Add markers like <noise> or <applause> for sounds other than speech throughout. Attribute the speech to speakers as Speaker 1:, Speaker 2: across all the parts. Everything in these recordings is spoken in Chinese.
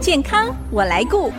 Speaker 1: 健康我来顾。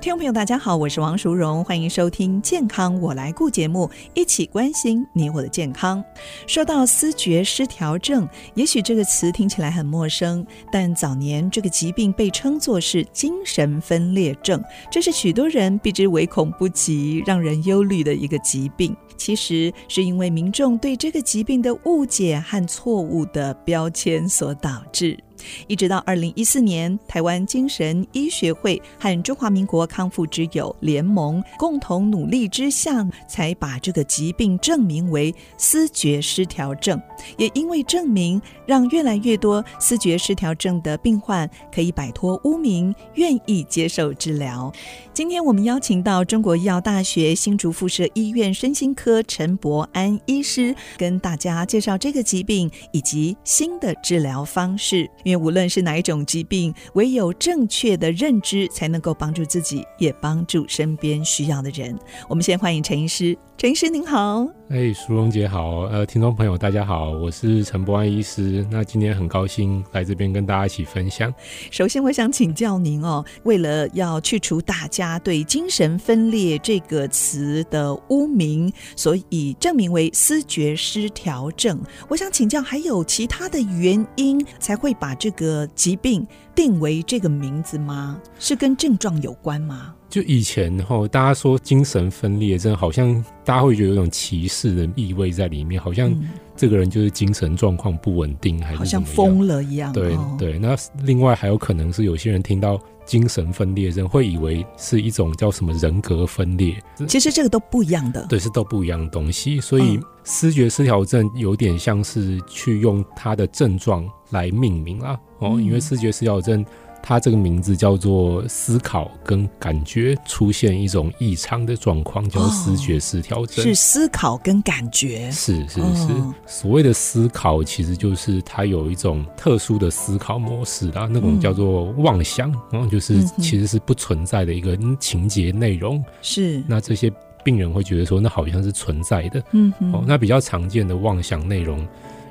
Speaker 2: 听众朋友，大家好，我是王淑荣，欢迎收听《健康我来顾》节目，一起关心你我的健康。说到思觉失调症，也许这个词听起来很陌生，但早年这个疾病被称作是精神分裂症，这是许多人避之唯恐不及、让人忧虑的一个疾病。其实是因为民众对这个疾病的误解和错误的标签所导致。一直到二零一四年，台湾精神医学会和中华民国康复之友联盟共同努力之下，才把这个疾病证明为思觉失调症。也因为证明，让越来越多思觉失调症的病患可以摆脱污名，愿意接受治疗。今天我们邀请到中国医药大学新竹附设医院身心科陈伯安医师，跟大家介绍这个疾病以及新的治疗方式。因为无论是哪一种疾病，唯有正确的认知，才能够帮助自己，也帮助身边需要的人。我们先欢迎陈医师，陈医师您好。
Speaker 3: 哎，淑荣姐好，呃，听众朋友大家好，我是陈伯安医师。那今天很高兴来这边跟大家一起分享。
Speaker 2: 首先，我想请教您哦，为了要去除大家对“精神分裂”这个词的污名，所以证明为思觉失调症。我想请教，还有其他的原因才会把这个疾病定为这个名字吗？是跟症状有关吗？
Speaker 3: 就以前吼，大家说精神分裂症，好像大家会觉得有一种歧视的意味在里面，好像
Speaker 2: 嗯
Speaker 3: 这个人就是精神状况不稳定，还是
Speaker 2: 好像
Speaker 3: 怎么样
Speaker 2: 疯了一样。
Speaker 3: 对
Speaker 2: 哦、
Speaker 3: 对，那另外还有可能是有些人听到精神分裂症，会以为是一种叫什么人格分裂，
Speaker 2: 其实这个都不一样的。
Speaker 3: 对，是都不一样的东西。所以
Speaker 2: 嗯
Speaker 3: 思觉失调症有点像是去用它的症状来命名啦。哦，
Speaker 2: 嗯
Speaker 3: 因为思觉失调症，它这个名字叫做思考跟感觉出现一种异常的状况，叫思觉失调症。
Speaker 2: 是思考跟感觉。
Speaker 3: 是是是
Speaker 2: 哦
Speaker 3: 所谓的思考其实就是它有一种特殊的思考模式啦，那种叫做妄想，然后就是
Speaker 2: 嗯哼
Speaker 3: 其实是不存在的一个情节内容。
Speaker 2: 是，
Speaker 3: 那这些病人会觉得说，那好像是存在的。
Speaker 2: 嗯
Speaker 3: 哦
Speaker 2: 哼，，
Speaker 3: 那比较常见的妄想内容，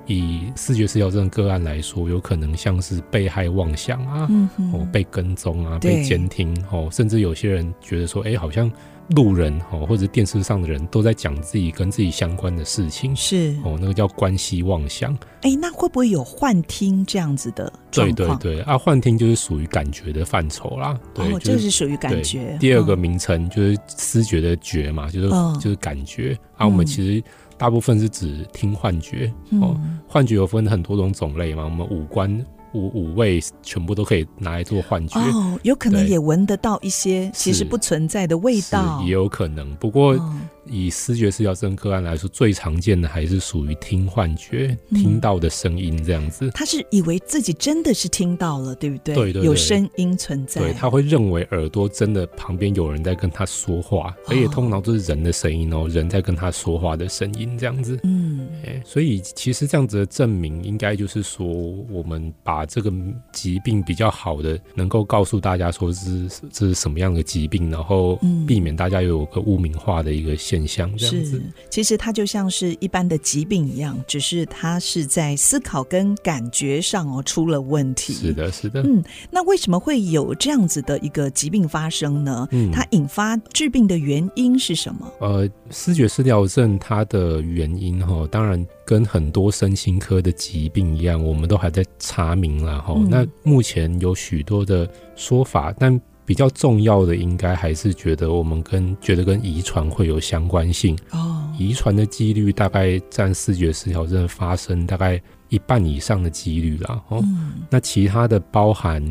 Speaker 3: 以视觉失调症个案来说，有可能像是被害妄想啊，
Speaker 2: 嗯
Speaker 3: 哦
Speaker 2: 哼，，
Speaker 3: 被跟踪啊，
Speaker 2: 对
Speaker 3: 被监听哦，甚至有些人觉得说，哎、好像路人哦，或者电视上的人都在讲自己跟自己相关的事情。
Speaker 2: 是。
Speaker 3: 哦，那个叫关系妄想，
Speaker 2: 哎，那会不会有幻听这样子的状
Speaker 3: 对对
Speaker 2: 况？
Speaker 3: 对，啊，幻听就是属于感觉的范畴啦，对，
Speaker 2: 哦，
Speaker 3: 就
Speaker 2: 这个是属于感
Speaker 3: 对
Speaker 2: 觉。
Speaker 3: 第二个
Speaker 2: 嗯
Speaker 3: 名称就是思觉的觉嘛，就是、
Speaker 2: 嗯
Speaker 3: 就是感觉。啊，我们
Speaker 2: 嗯
Speaker 3: 其实大部分是指听幻觉、哦，
Speaker 2: 嗯
Speaker 3: 幻觉有分很多种种类嘛，我们五官五五味全部都可以拿来做幻觉。
Speaker 2: 哦，有可能
Speaker 3: 对
Speaker 2: 也闻得到一些其实
Speaker 3: 是
Speaker 2: 不存在的味
Speaker 3: 是
Speaker 2: 道。
Speaker 3: 也有可能，不过
Speaker 2: 哦
Speaker 3: 以视觉失调症个案来说，最常见的还是属于听幻觉，
Speaker 2: 嗯
Speaker 3: 听到的声音这样子。
Speaker 2: 他是以为自己真的是听到了，对不对？
Speaker 3: 对对对
Speaker 2: 有声音存在。
Speaker 3: 对，他会认为耳朵真的旁边有人在跟他说话，
Speaker 2: 哦
Speaker 3: 而且通常都是人的声音哦，人在跟他说话的声音这样子。
Speaker 2: 嗯，
Speaker 3: 哎所以其实这样子的证明，应该就是说，我们把这个疾病比较好的，能够告诉大家说是这是什么样的疾病，然后
Speaker 2: 嗯
Speaker 3: 避免大家有个污名化的一个现象，这样
Speaker 2: 是
Speaker 3: 子。。
Speaker 2: 其实它就像是一般的疾病一样，只是它是在思考跟感觉上哦出了问题。
Speaker 3: 是。的，是的，
Speaker 2: 嗯，那为什么会有这样子的一个疾病发生呢？
Speaker 3: 嗯
Speaker 2: 它引发治病的原因是什么？
Speaker 3: 呃，视觉失调症它的原因哈，当然跟很多身心科的疾病一样，我们都还在查明啦哈。
Speaker 2: 嗯
Speaker 3: 那目前有许多的说法，但比较重要的应该还是觉得我们跟觉得跟遗传会有相关性，
Speaker 2: 哦，
Speaker 3: 遗传的几率大概占视觉失调症发生大概一半以上的几率啦。哦，
Speaker 2: 嗯，
Speaker 3: 那其他的包含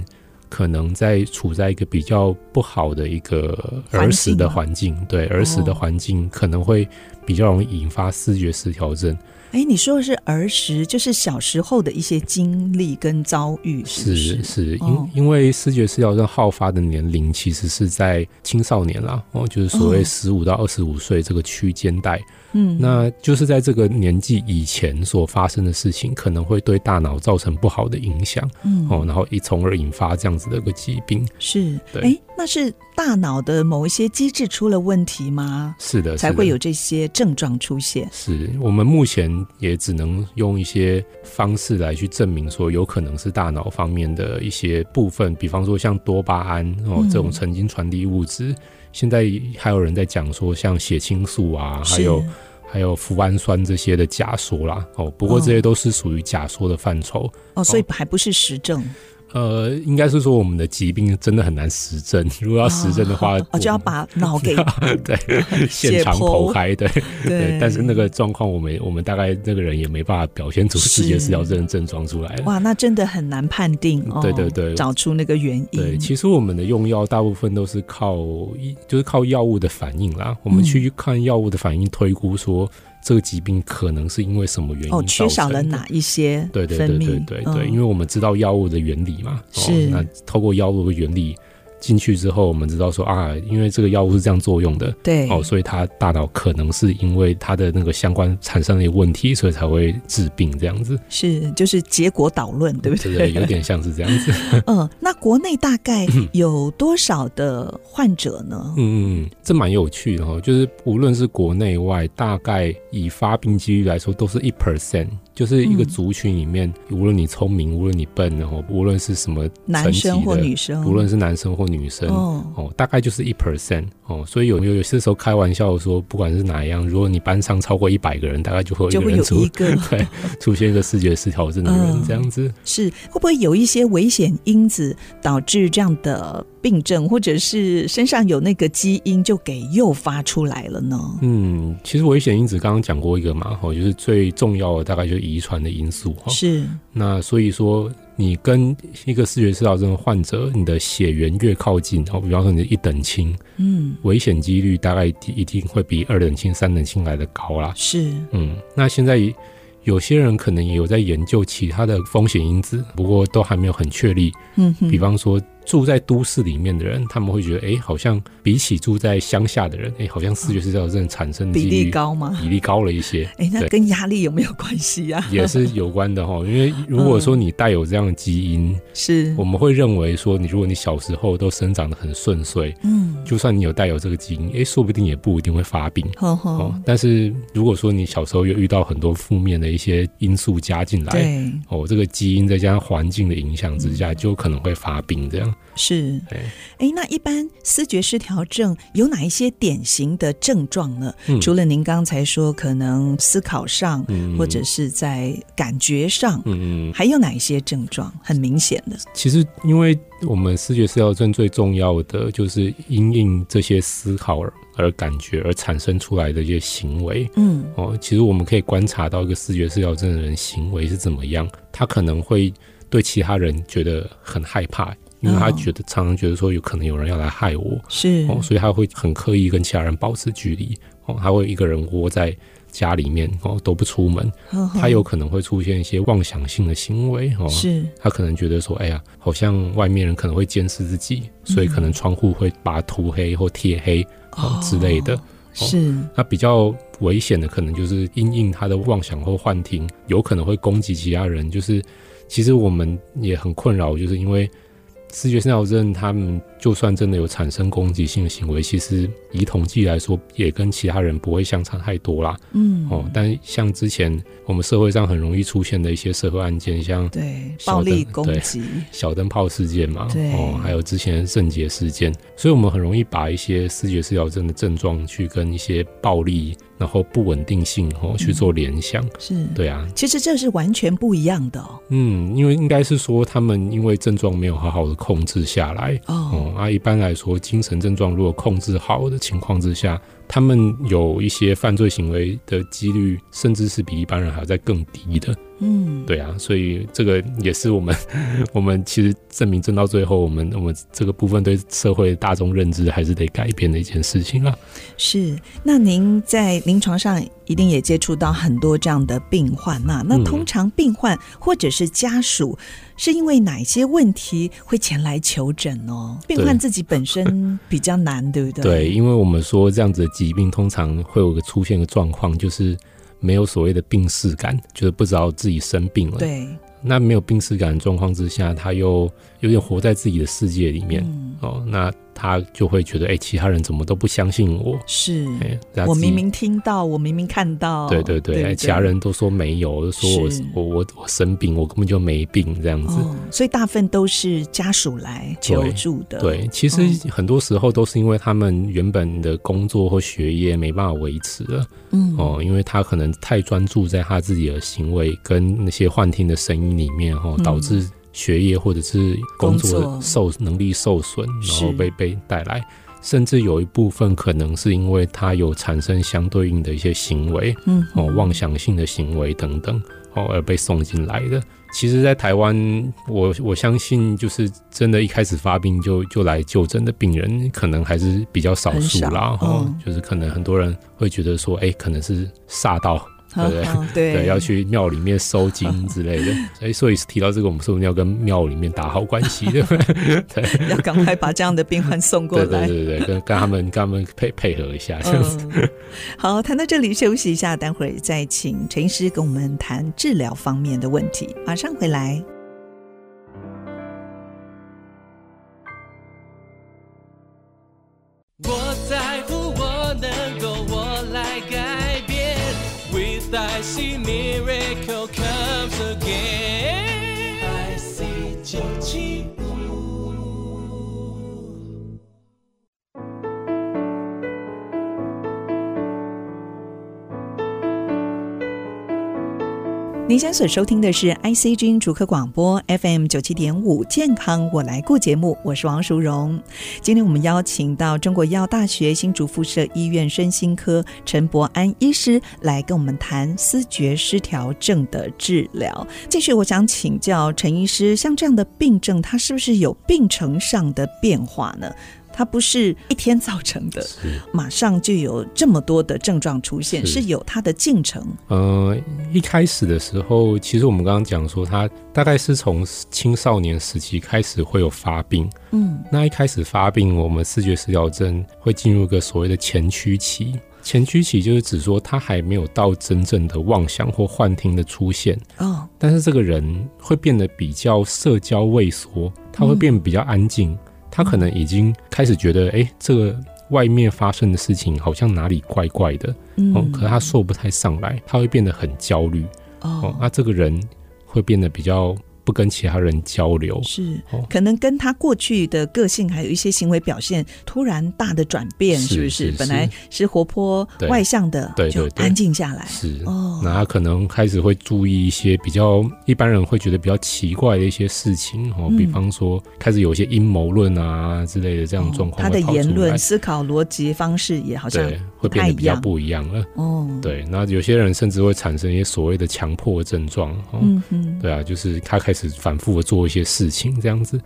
Speaker 3: 可能在处在一个比较不好的一个儿时的环境，对儿时
Speaker 2: 哦
Speaker 3: 的环境可能会比较容易引发视觉失调症。
Speaker 2: 哎，你说的是儿时，就是小时候的一些经历跟遭遇，是不是？
Speaker 3: 是是，
Speaker 2: 哦
Speaker 3: 因因为视觉失调症好发的年龄其实是在青少年啦，哦，就是所
Speaker 2: 哦
Speaker 3: 谓十五到二十五岁这个区间带，
Speaker 2: 嗯，
Speaker 3: 那就是在这个年纪以前所发生的事情，可能会对大脑造成不好的影响哦
Speaker 2: 嗯
Speaker 3: 哦，然后一从而引发这样子的一个疾病。
Speaker 2: 是，
Speaker 3: 对
Speaker 2: 哎，那是大脑的某一些机制出了问题吗？
Speaker 3: 是的，
Speaker 2: 才
Speaker 3: 是的
Speaker 2: 会有这些症状出现？
Speaker 3: 是我们目前也只能用一些方式来去证明说，有可能是大脑方面的一些部分，比方说像多巴胺哦
Speaker 2: 嗯
Speaker 3: 这种神经传递物质。现在还有人在讲说，像血清素啊，还有
Speaker 2: 是
Speaker 3: 还有脯氨酸这些的假说啦哦，不过
Speaker 2: 哦
Speaker 3: 这些都是属于假说的范畴。
Speaker 2: 哦，所以还不是实症，
Speaker 3: 呃，应该是说我们的疾病真的很难实证，如果要实证的话，
Speaker 2: 哦哦就要把脑给
Speaker 3: <laughs> 对现场
Speaker 2: 剖
Speaker 3: 剖开对。对，
Speaker 2: 对，
Speaker 3: 但是那个状况，我们我们大概那个人也没办法表现出
Speaker 2: 是
Speaker 3: 世界失调症的症状出来了。
Speaker 2: 哇，那真的很难判定哦，
Speaker 3: 嗯对对对
Speaker 2: 找出那个原因，
Speaker 3: 对，其实我们的用药大部分都是靠一，就是靠药物的反应啦。我们去看药物的反应，推估说这个疾病可能是因为什么原因
Speaker 2: 哦，缺
Speaker 3: 造
Speaker 2: 少
Speaker 3: 成
Speaker 2: 了
Speaker 3: 的
Speaker 2: 哪一些
Speaker 3: 对对
Speaker 2: 分
Speaker 3: 对
Speaker 2: 泌？
Speaker 3: 对对对，
Speaker 2: 嗯
Speaker 3: 因为我们知道药物的原理嘛，哦
Speaker 2: 是
Speaker 3: 那透过药物的原理进去之后，我们知道说啊，因为这个药物是这样作用的，
Speaker 2: 对
Speaker 3: 哦，所以他大脑可能是因为他的那个相关产生了一个问题，所以才会治病这样子，
Speaker 2: 是就是结果导论，对不
Speaker 3: 对不对？有点像是这样子。
Speaker 2: 嗯，那国内大概有多少的患者呢？
Speaker 3: 嗯，嗯，这蛮有趣的哦，就是无论是国内外，大概以发病几率来说，都是一 percent，就是一个
Speaker 2: 嗯
Speaker 3: 族群里面，无论你聪明，无论你笨，然后无论是什么
Speaker 2: 男生或
Speaker 3: 层级
Speaker 2: 女生？
Speaker 3: 的，无论是男生或女生。
Speaker 2: 哦，
Speaker 3: 哦，大概就是一 percent 哦，所以有有有些时候开玩笑说，不管是哪一样，如果你班上超过一百个人，大概就会有一
Speaker 2: 就
Speaker 3: 个
Speaker 2: 会
Speaker 3: 人
Speaker 2: 有
Speaker 3: 出
Speaker 2: 一
Speaker 3: <laughs>
Speaker 2: 个
Speaker 3: 对出现一个视觉失调症的人
Speaker 2: 嗯
Speaker 3: 这样子。
Speaker 2: 是会不会有一些危险因子导致这样的病症，或者是身上有那个基因就给诱发出来了呢？
Speaker 3: 嗯，其实危险因子刚刚讲过一个嘛，哦，就是最重要的大概就是遗传的因素哈、哦。
Speaker 2: 是
Speaker 3: 那所以说，你跟一个视觉失调症的患者，你的血缘越靠近，哦，比方说你是一等亲，
Speaker 2: 嗯
Speaker 3: 危险几率大概一定一定会比二等亲、三等亲来的高啦。
Speaker 2: 是
Speaker 3: 嗯，那现在有些人可能也有在研究其他的风险因子，不过都还没有很确立。
Speaker 2: 嗯哼，
Speaker 3: 比方说住在都市里面的人，他们会觉得，哎、好像比起住在乡下的人，哎、好像视觉失调症产生的
Speaker 2: 比
Speaker 3: 几
Speaker 2: 例
Speaker 3: 率
Speaker 2: 高吗？
Speaker 3: 比例高了
Speaker 2: <laughs>
Speaker 3: 一些。
Speaker 2: 哎，那
Speaker 3: 对
Speaker 2: 跟压力有没有关系呀、啊？
Speaker 3: 也是有关的哈，因为如果说你带有这样的基因，
Speaker 2: 嗯是
Speaker 3: 我们会认为说，你如果你小时候都生长得很顺遂，
Speaker 2: 嗯，
Speaker 3: 就算你有带有这个基因，诶，说不定也不一定会发病。
Speaker 2: 呵呵，
Speaker 3: 哦，但是如果说你小时候又遇到很多负面的一些因素加进来，
Speaker 2: 对，
Speaker 3: 哦，这个基因再加上环境的影响之下，就可能会发病。这样，
Speaker 2: 是
Speaker 3: 对，
Speaker 2: 哎，那一般思觉失调症有哪一些典型的症状呢？
Speaker 3: 嗯
Speaker 2: 除了您刚才说可能思考上，
Speaker 3: 嗯
Speaker 2: 或者是在感觉上，
Speaker 3: 嗯嗯，
Speaker 2: 还有哪一些症状很明显的？
Speaker 3: 其实因为我们视觉失调症最重要的就是因应这些思考而而感觉而产生出来的一些行为，
Speaker 2: 嗯，
Speaker 3: 哦，其实我们可以观察到一个视觉失调症的人行为是怎么样，他可能会对其他人觉得很害怕，因为他
Speaker 2: 哦
Speaker 3: 觉得、常常觉得说有可能有人要来害我，
Speaker 2: 是
Speaker 3: 哦，所以他会很刻意跟其他人保持距离，哦，他会一个人窝在家里面，哦，都不出门，
Speaker 2: 呵呵
Speaker 3: 他有可能会出现一些妄想性的行为，哦。
Speaker 2: 是
Speaker 3: 他可能觉得说，哎呀，好像外面人可能会监视自己，所以可能窗户会把它涂黑或贴黑哦之类的。
Speaker 2: 是
Speaker 3: 那比较危险的可能就是因应他的妄想或幻听，有可能会攻击其他人。就是其实我们也很困扰，就是因为视觉失调症，他们就算真的有产生攻击性的行为，其实以统计来说，也跟其他人不会相差太多啦。
Speaker 2: 嗯
Speaker 3: 哦，但像之前我们社会上很容易出现的一些社会案件，像
Speaker 2: 对
Speaker 3: 小
Speaker 2: 暴力
Speaker 3: 的
Speaker 2: 攻
Speaker 3: 对
Speaker 2: 击
Speaker 3: <laughs> 小灯泡事件嘛，
Speaker 2: 对
Speaker 3: 哦，还有之前的肾结事件，所以我们很容易把一些视觉失调症的症状去跟一些暴力，然后不稳定性哦去做联想。
Speaker 2: 是。
Speaker 3: 对啊，
Speaker 2: 其实这是完全不一样的哦。
Speaker 3: 嗯，因为应该是说他们因为症状没有好好的控制下来。
Speaker 2: 哦
Speaker 3: 哦，啊，一般来说，精神症状如果控制好的情况之下，他们有一些犯罪行为的几率，甚至是比一般人还要再更低的。
Speaker 2: 嗯，
Speaker 3: 对啊，所以这个也是我们 <laughs> 我们其实证明证到最后，我们我们这个部分对社会大众认知还是得改变的一件事情啦。啊
Speaker 2: 是，那您在临床上一定也接触到很多这样的病患呐、那
Speaker 3: 嗯
Speaker 2: 通常病患或者是家属是因为哪些问题会前来求诊哦？病患自己本身比较难，对不对？
Speaker 3: 对，，因为我们说这样子的疾病通常会有个出现一个状况，就是没有所谓的病逝感，就是不知道自己生病了。，
Speaker 2: 对，
Speaker 3: 那没有病逝感的状况之下，他又有点活在自己的世界里面、
Speaker 2: 嗯，
Speaker 3: 哦，那他就会觉得，哎、其他人怎么都不相信我？
Speaker 2: 是。
Speaker 3: 哎、他
Speaker 2: 我
Speaker 3: 自己
Speaker 2: 明明听到，我明明看到，
Speaker 3: 对对对，
Speaker 2: 不
Speaker 3: 哎，其他人都说没有，都说我
Speaker 2: 哦是
Speaker 3: 我我我生病，我根本就没病这样子。
Speaker 2: 哦，所以大部分都是家属来求助的，
Speaker 3: 对，其实很多时候都是因为他们原本的工作或学业没办法维持了
Speaker 2: 嗯，
Speaker 3: 哦、因为他可能太专注在他自己的行为跟那些幻听的声音里面哦，
Speaker 2: 嗯
Speaker 3: 导致学业或者是工
Speaker 2: 工作
Speaker 3: 作受能力受损，然
Speaker 2: 是
Speaker 3: 后被被带来，甚至有一部分可能是因为他有产生相对应的一些行为，
Speaker 2: 嗯
Speaker 3: 哦，妄想性的行为等等，哦，而被送进来的。其实，在台湾，我我相信，就是真的，一开始发病就就来就诊的病人，可能还是比较少数啦。
Speaker 2: 很少
Speaker 3: 哦
Speaker 2: 嗯，
Speaker 3: 就是可能很多人会觉得说，哎、可能是煞到，
Speaker 2: 好
Speaker 3: 对
Speaker 2: 好对
Speaker 3: 对，要去庙里面收金之类的。哎、所以提到这个，我们是不是要跟庙里面打好关
Speaker 2: <laughs>
Speaker 3: 系的？
Speaker 2: <laughs> 要赶快把这样的病患送过
Speaker 3: <laughs> 对
Speaker 2: 来
Speaker 3: 对。对对，跟跟他们跟他们配配合一下，这样子。
Speaker 2: 嗯，好，谈到这里休息一下，待会儿再请陈医师跟我们谈治疗方面的问题。马上回来。
Speaker 1: 我在乎，我能够，我来改变。With I see miracle comes again。I see 九七五。
Speaker 2: 您现在所收听的是 IC 之音主客广播 FM 九七点五健康我来顾节目，我是王淑荣。今天我们邀请到中国医药大学新竹附设医院身心科陈伯安医师来跟我们谈思觉失调症的治疗。继续，我想请教陈医师，像这样的病症，它是不是有病程上的变化呢？它不是一天造成的，
Speaker 3: 是
Speaker 2: 马上就有这么多的症状出现，
Speaker 3: 是
Speaker 2: 是有它的进程。
Speaker 3: 呃，一开始的时候，其实我们刚刚讲说，他大概是从青少年时期开始会有发病。
Speaker 2: 嗯，
Speaker 3: 那一开始发病，我们视觉失调症会进入一个所谓的前驱期。前驱期就是指说，他还没有到真正的妄想或幻听的出现，
Speaker 2: 哦，
Speaker 3: 但是这个人会变得比较社交畏缩，他会变得比较安静，他可能已经开始觉得，哎、这个外面发生的事情好像哪里怪怪的，
Speaker 2: 嗯，
Speaker 3: 哦，可是他说不太上来，他会变得很焦虑哦。
Speaker 2: 哦，
Speaker 3: 那、这个人会变得比较不跟其他人交流，
Speaker 2: 是
Speaker 3: 哦，
Speaker 2: 可能跟他过去的个性还有一些行为表现突然大的转变，
Speaker 3: 是
Speaker 2: 是不
Speaker 3: 是
Speaker 2: 是？
Speaker 3: 是
Speaker 2: 本来是活泼
Speaker 3: 对
Speaker 2: 外向的，
Speaker 3: 对
Speaker 2: 就
Speaker 3: 对对
Speaker 2: 安静下来。
Speaker 3: 是。
Speaker 2: 哦，
Speaker 3: 那他可能开始会注意一些比较一般人会觉得比较奇怪的一些事情哦，
Speaker 2: 嗯
Speaker 3: 比方说开始有一些阴谋论啊之类的这样的状
Speaker 2: 哦他
Speaker 3: 况
Speaker 2: 的
Speaker 3: 会跑出来、
Speaker 2: 言论、思考逻辑方式也好像
Speaker 3: 对
Speaker 2: 不
Speaker 3: 会变
Speaker 2: 太
Speaker 3: 得
Speaker 2: 一
Speaker 3: 比较
Speaker 2: 样。
Speaker 3: 不一样了。
Speaker 2: 哦，，
Speaker 3: 对，那有些人甚至会产生一些所谓的强迫症状哦。
Speaker 2: 嗯哼，
Speaker 3: 对啊，就是他开始反复的做一些事情这样子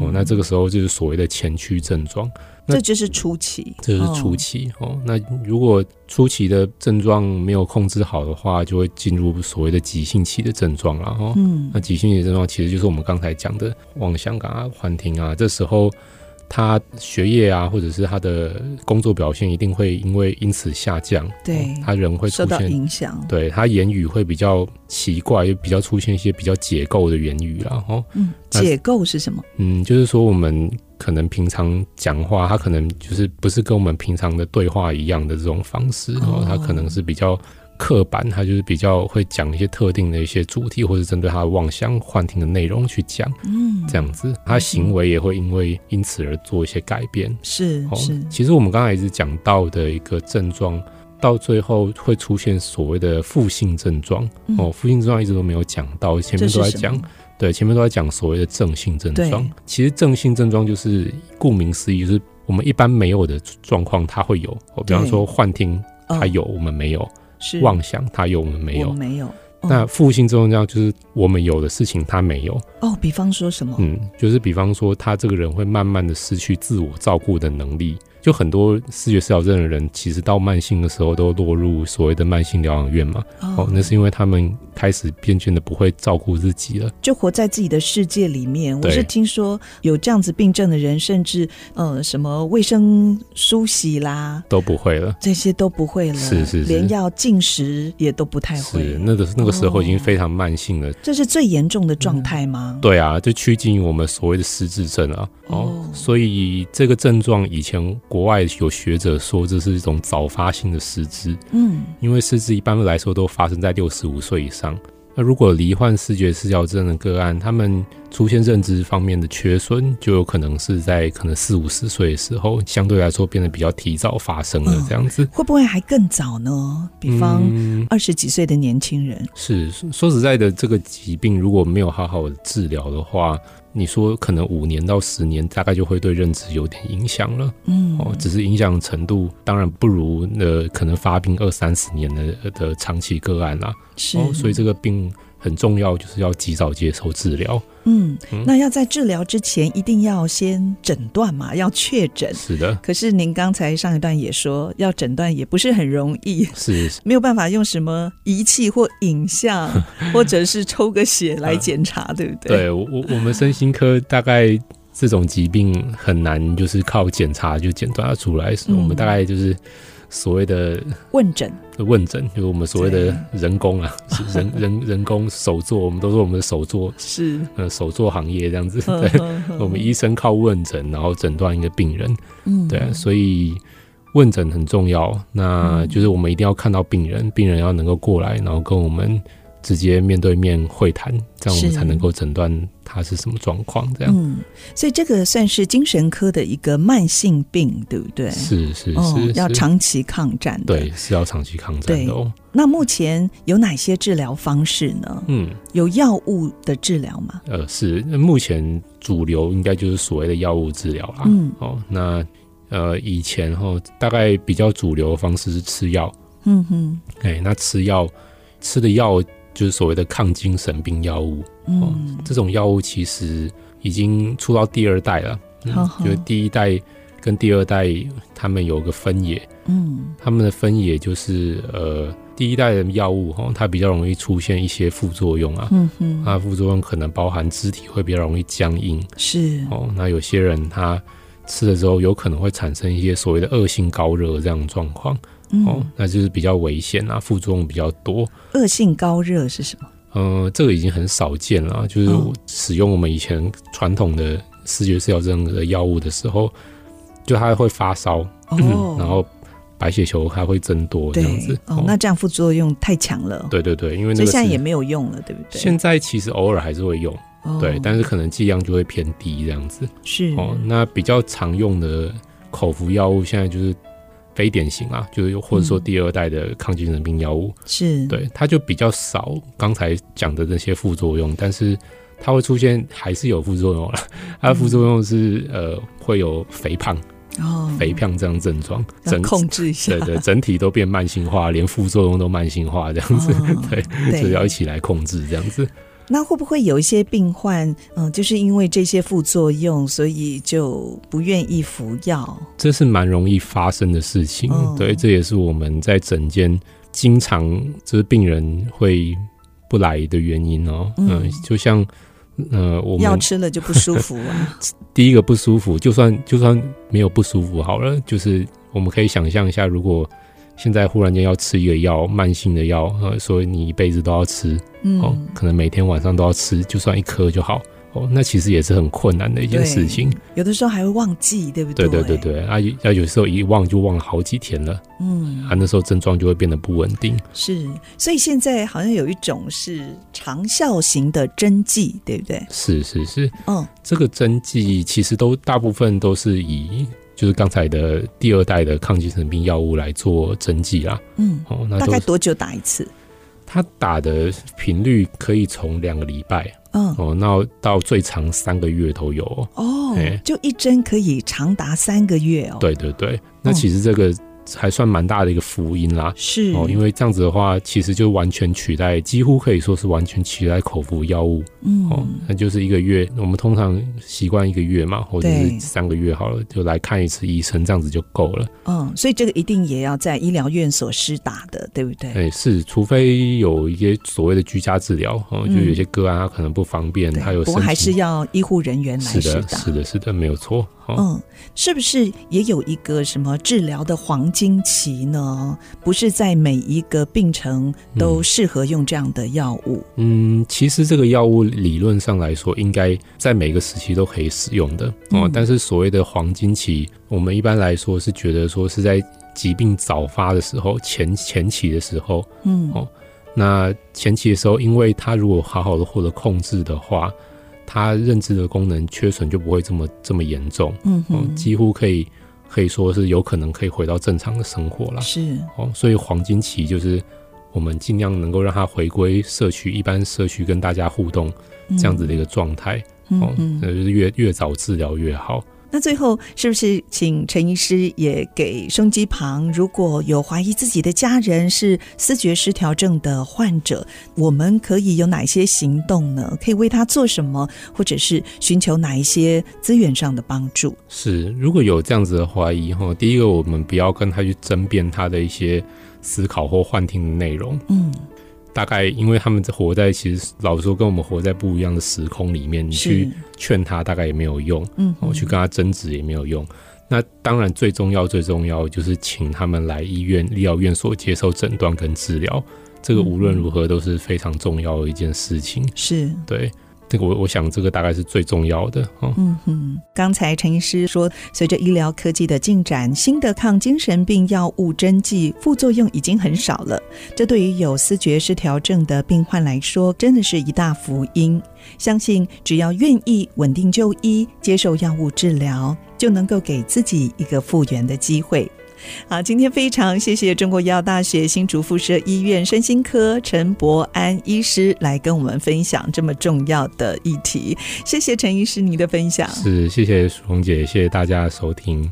Speaker 3: 哦，那这个时候就是所谓的前驱症状。
Speaker 2: 嗯
Speaker 3: 那
Speaker 2: 这就是初期，
Speaker 3: 这是初期哦那如果初期的症状没有控制好的话，就会进入所谓的急性期的症状了哦。
Speaker 2: 哦。嗯
Speaker 3: 那急性期的症状其实就是我们刚才讲的妄想感啊、幻听啊，这时候他学业啊，或者是他的工作表现一定会因为因此下降，
Speaker 2: 对
Speaker 3: 哦他人会出
Speaker 2: 受到
Speaker 3: 现。
Speaker 2: 影响。
Speaker 3: 对他言语会比较奇怪，也比较出现一些比较解构的言语啦，哦，
Speaker 2: 嗯，
Speaker 3: 那
Speaker 2: 解构是什么？
Speaker 3: 嗯，就是说我们可能平常讲话，他可能就是不是跟我们平常的对话一样的这种方式，
Speaker 2: 哦
Speaker 3: 然后他可能是比较刻板，他就是比较会讲一些特定的一些主题，或者针对他的妄想、幻听的内容去讲，
Speaker 2: 嗯，
Speaker 3: 这样子，他行为也会因为因此而做一些改变。哦
Speaker 2: 是嗯是，
Speaker 3: 其实我们刚才一直讲到的一个症状。到最后会出现所谓的负性症状、
Speaker 2: 嗯
Speaker 3: 哦，负性症状一直都没有讲到，前
Speaker 2: 这
Speaker 3: 面
Speaker 2: 是
Speaker 3: 都在
Speaker 2: 什
Speaker 3: 讲
Speaker 2: 么
Speaker 3: 对，前面都在讲所谓的正性症状
Speaker 2: 对。
Speaker 3: 其实正性症状就是顾名思义，就是我们一般没有的状况，它会有。哦，比方
Speaker 2: 对
Speaker 3: 说幻听，
Speaker 2: 哦
Speaker 3: 它有，我们没有；
Speaker 2: 是
Speaker 3: 妄想，它有，我们没
Speaker 2: 我
Speaker 3: 有。
Speaker 2: 没有。哦
Speaker 3: 那负性症状就是我们有的事情，它没有。嗯
Speaker 2: 哦，比方说什么？
Speaker 3: 嗯，就是比方说，他这个人会慢慢的失去自我照顾的能力。就很多视觉失调症的人，其实到慢性的时候都落入所谓的慢性疗养院嘛。
Speaker 2: 嗯
Speaker 3: 哦，那是因为他们开始厌倦的不会照顾自己了。
Speaker 2: 就活在自己的世界里面。我
Speaker 3: 对
Speaker 2: 是听说有这样子病症的人，甚至呃什么卫生梳洗啦，
Speaker 3: 都不会了，
Speaker 2: 这些都不会了，
Speaker 3: 是是是
Speaker 2: 连要进食也都不太
Speaker 3: 是
Speaker 2: 会。哦
Speaker 3: 那个那个时候已经非常慢性了。
Speaker 2: 这是最严重的状态吗？
Speaker 3: 对啊，就趋近于我们所谓的失智症啊。哦
Speaker 2: 哦，
Speaker 3: 所以这个症状以前国外有学者说这是一种早发性的失智，
Speaker 2: 嗯，
Speaker 3: 因为失智一般来说都发生在六十五岁以上。那如果罹患视觉失调症的个案，他们出现认知方面的缺损，就有可能是在可能四五十岁的时候，相对来说变得比较提早发生了
Speaker 2: 嗯
Speaker 3: 这样子。
Speaker 2: 会不会还更早呢？比方
Speaker 3: 嗯
Speaker 2: 二十几岁的年轻人，
Speaker 3: 是说说实在的，这个疾病如果没有好好的治疗的话，你说可能五年到十年，大概就会对认知有点影响了。
Speaker 2: 嗯，
Speaker 3: 哦，只是影响程度当然不如呃可能发病二三十年的呃的长期个案啦。
Speaker 2: 是，
Speaker 3: 哦，所以这个病很重要，就是要及早接受治疗。
Speaker 2: 嗯，那要在治疗之前，一定要先诊断嘛，要确诊。
Speaker 3: 是的，
Speaker 2: 可是您刚才上一段也说，要诊断也不是很容易， <laughs>
Speaker 3: 是
Speaker 2: 没有办法用什么仪器或影
Speaker 3: <laughs>
Speaker 2: 像，或者是抽个血来检查，对不对？
Speaker 3: 对我我我们身心科大概这种疾病很难，就是靠检查就检查出来，所以我
Speaker 2: 嗯
Speaker 3: 们大概就是所谓的
Speaker 2: 问诊
Speaker 3: 问诊，就是我们所谓的人
Speaker 2: <laughs>
Speaker 3: 工啊，是人人人工手作，我们都说我们的手作，
Speaker 2: 是，
Speaker 3: 呃，手作行业这样子。
Speaker 2: 呵
Speaker 3: 对，
Speaker 2: 呵呵
Speaker 3: 我们医生靠问诊，然后诊断一个病人。
Speaker 2: 嗯
Speaker 3: 对，啊所以问诊很重要。
Speaker 2: 嗯
Speaker 3: 那就是我们一定要看到病人，病人要能够过来，然后跟我们直接面对面会谈，这样我
Speaker 2: 是
Speaker 3: 们才能够诊断他是什么状况。这样、
Speaker 2: 嗯，所以这个算是精神科的一个慢性病，对不对？
Speaker 3: 是是是、
Speaker 2: 哦，要
Speaker 3: 是
Speaker 2: 长期抗战的。
Speaker 3: 对，是要长期抗战的哦。
Speaker 2: 那目前有哪些治疗方式呢？
Speaker 3: 嗯。
Speaker 2: 有药物的治疗吗？
Speaker 3: 呃，是那目前主流应该就是所谓的药物治疗啦。
Speaker 2: 嗯
Speaker 3: 哦，那呃以前哈、大概比较主流的方式是吃药，
Speaker 2: 嗯哼，
Speaker 3: 哎，那吃药吃的药就是所谓的抗精神病药物。哦
Speaker 2: 嗯，
Speaker 3: 这种药物其实已经出到第二代了，嗯
Speaker 2: 好好
Speaker 3: 就是第一代跟第二代他们有个分野，
Speaker 2: 嗯
Speaker 3: 他们的分野就是呃第一代的药物哈、哦，它比较容易出现一些副作用啊。
Speaker 2: 嗯哼，
Speaker 3: 它的副作用可能包含肢体会比较容易僵硬，
Speaker 2: 是
Speaker 3: 哦，那有些人他吃了之后，有可能会产生一些所谓的恶性高热这样的状况，哦
Speaker 2: 嗯，，
Speaker 3: 那就是比较危险啊，副作用比较多。
Speaker 2: 恶性高热是什么？
Speaker 3: 呃，这个已经很少见了啊，就是
Speaker 2: 嗯
Speaker 3: 使用我们以前传统的视觉失调症的药物的时候，就它会发烧，嗯
Speaker 2: 哦，
Speaker 3: 然后白血球它会增多这样
Speaker 2: 对
Speaker 3: 子。
Speaker 2: 哦，那这样副作用太强了，
Speaker 3: 对对对，因为
Speaker 2: 所
Speaker 3: 那
Speaker 2: 以
Speaker 3: 个
Speaker 2: 现在
Speaker 3: 是
Speaker 2: 也没有用了，对不对？
Speaker 3: 现在其实偶尔还是会用，
Speaker 2: 哦
Speaker 3: 对，但是可能剂量就会偏低这样子。
Speaker 2: 是
Speaker 3: 哦，那比较常用的口服药物现在就是非典型啊，就是或者说第二代的抗精神病药物，
Speaker 2: 是，
Speaker 3: 对，它就比较少刚才讲的那些副作用，但是它会出现还是有副作用了，啊
Speaker 2: 嗯
Speaker 3: 它的副作用是、呃会有肥胖、
Speaker 2: 哦，
Speaker 3: 肥胖这样症状，
Speaker 2: 要
Speaker 3: 整
Speaker 2: 控制一下
Speaker 3: 对，对，整体都变慢性化，连副作用都慢性化这样子，
Speaker 2: 哦
Speaker 3: <laughs> 对，
Speaker 2: 对 <laughs>
Speaker 3: 就是要一起来控制这样子。
Speaker 2: 那会不会有一些病患，嗯、就是因为这些副作用，所以就不愿意服药？
Speaker 3: 这是蛮容易发生的事情。
Speaker 2: 嗯
Speaker 3: 对，这也是我们在诊间经常就是病人会不来的原因哦。
Speaker 2: 嗯
Speaker 3: 嗯、就像呃，我
Speaker 2: 药
Speaker 3: 们
Speaker 2: 吃了就不舒服
Speaker 3: <laughs>
Speaker 2: 啊？
Speaker 3: 第一个不舒服，就算就算没有不舒服好了，就是我们可以想象一下，如果现在忽然间要吃一个药，慢性的药，呃，所以你一辈子都要吃哦，
Speaker 2: 嗯，
Speaker 3: 可能每天晚上都要吃，就算一颗就好哦，那其实也是很困难的一件
Speaker 2: 对
Speaker 3: 事情。
Speaker 2: 有的时候还会忘记，对不
Speaker 3: 对
Speaker 2: 对
Speaker 3: 对对，对，啊，有啊，有时候一忘就忘了好几天了。
Speaker 2: 嗯
Speaker 3: 啊，，那时候症状就会变得不稳定。
Speaker 2: 是。所以现在好像有一种是长效型的针剂，对不对？
Speaker 3: 是是是，
Speaker 2: 嗯，
Speaker 3: 这个针剂其实都大部分都是以就是刚才的第二代的抗精神病药物来做针剂啦。
Speaker 2: 嗯，
Speaker 3: 哦，那
Speaker 2: 大
Speaker 3: 都
Speaker 2: 概
Speaker 3: 是
Speaker 2: 多久打一次？
Speaker 3: 它打的频率可以从两个礼拜
Speaker 2: 嗯，
Speaker 3: 哦，那到最长三个月都有、哦。
Speaker 2: 哦
Speaker 3: 哎，
Speaker 2: 就一针可以长达三个月哦。，
Speaker 3: 对对对，那
Speaker 2: 嗯
Speaker 3: 其实这个还算蛮大的一个福音啦。
Speaker 2: 是
Speaker 3: 哦，因为这样子的话，其实就完全取代，几乎可以说是完全取代口服药物哦
Speaker 2: 嗯。
Speaker 3: 那就是一个月，我们通常习惯一个月嘛，或者
Speaker 2: 对
Speaker 3: 是三个月好了，就来看一次医生，这样子就够了。
Speaker 2: 嗯，所以这个一定也要在医疗院所施打的，对不对？
Speaker 3: 哎、是，除非有一些所谓的居家治疗哦，就
Speaker 2: 嗯
Speaker 3: 有些个案他可能不方便，他有
Speaker 2: 不
Speaker 3: 身
Speaker 2: 过还是
Speaker 3: 体。
Speaker 2: 要医护人员来
Speaker 3: 是
Speaker 2: 施
Speaker 3: 的，
Speaker 2: 打。
Speaker 3: 是的，是的，没有错。哦，
Speaker 2: 嗯，是不是也有一个什么治疗的黄金期呢？不是在每一个病程都适合用这样的药物。
Speaker 3: 嗯，其实这个药物理论上来说，应该在每个时期都可以使用的哦。
Speaker 2: 嗯
Speaker 3: 但是所谓的黄金期，我们一般来说是觉得说是在疾病早发的时候，前前期的时候。
Speaker 2: 嗯
Speaker 3: 哦那前期的时候，因为它如果好好的获得控制的话，它认知的功能缺损就不会这么这么严重，
Speaker 2: 嗯
Speaker 3: 哦，
Speaker 2: 哼，
Speaker 3: 几乎可以可以说是有可能可以回到正常的生活啦。
Speaker 2: 是
Speaker 3: 哦，所以黄金期就是我们尽量能够让它回归社区，一般社区跟大家互动这样子的一个状态。
Speaker 2: 嗯
Speaker 3: 哦，
Speaker 2: 嗯
Speaker 3: 那就是越越早治疗越好。
Speaker 2: 那最后是不是请陈医师也给胸肌旁如果有怀疑自己的家人是思觉失调症的患者，我们可以有哪些行动呢？可以为他做什么，或者是寻求哪一些资源上的帮助？
Speaker 3: 是，如果有这样子的怀疑哈，哦第一个我们不要跟他去争辩他的一些思考或幻听的内容。
Speaker 2: 嗯，
Speaker 3: 大概因为他们活在其实老实说跟我们活在不一样的时空里面，你
Speaker 2: 是
Speaker 3: 去劝他大概也没有用。
Speaker 2: 嗯
Speaker 3: 嗯我去跟他争执也没有用。那当然，最重要、最重要就是请他们来医院、医疗院所接受诊断跟治疗，这个无论如何都是非常重要的一件事情。
Speaker 2: 是
Speaker 3: 对，这个我我想这个大概是最重要的哦。
Speaker 2: 嗯哼，刚才陈医师说，随着医疗科技的进展，新的抗精神病药物针剂副作用已经很少了。这对于有思觉失调症的病患来说，真的是一大福音。相信只要愿意稳定就医，接受药物治疗，就能够给自己一个复原的机会。好，今天非常谢谢中国医药大学新竹附设医院身心科陈伯安医师来跟我们分享这么重要的议题。谢谢陈医师你的分享。
Speaker 3: 是，谢谢淑红姐，谢谢大家的收听。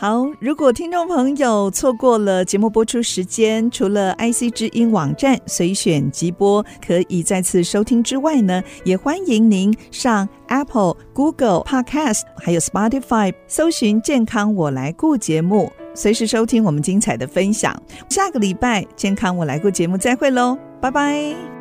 Speaker 2: 好，如果听众朋友错过了节目播出时间，除了 IC 之音网站随选即播可以再次收听之外呢，也欢迎您上 Apple、Google Podcast 还有 Spotify 搜寻“健康我来顾”节目，随时收听我们精彩的分享。下个礼拜“健康我来顾”节目再会喽，拜拜。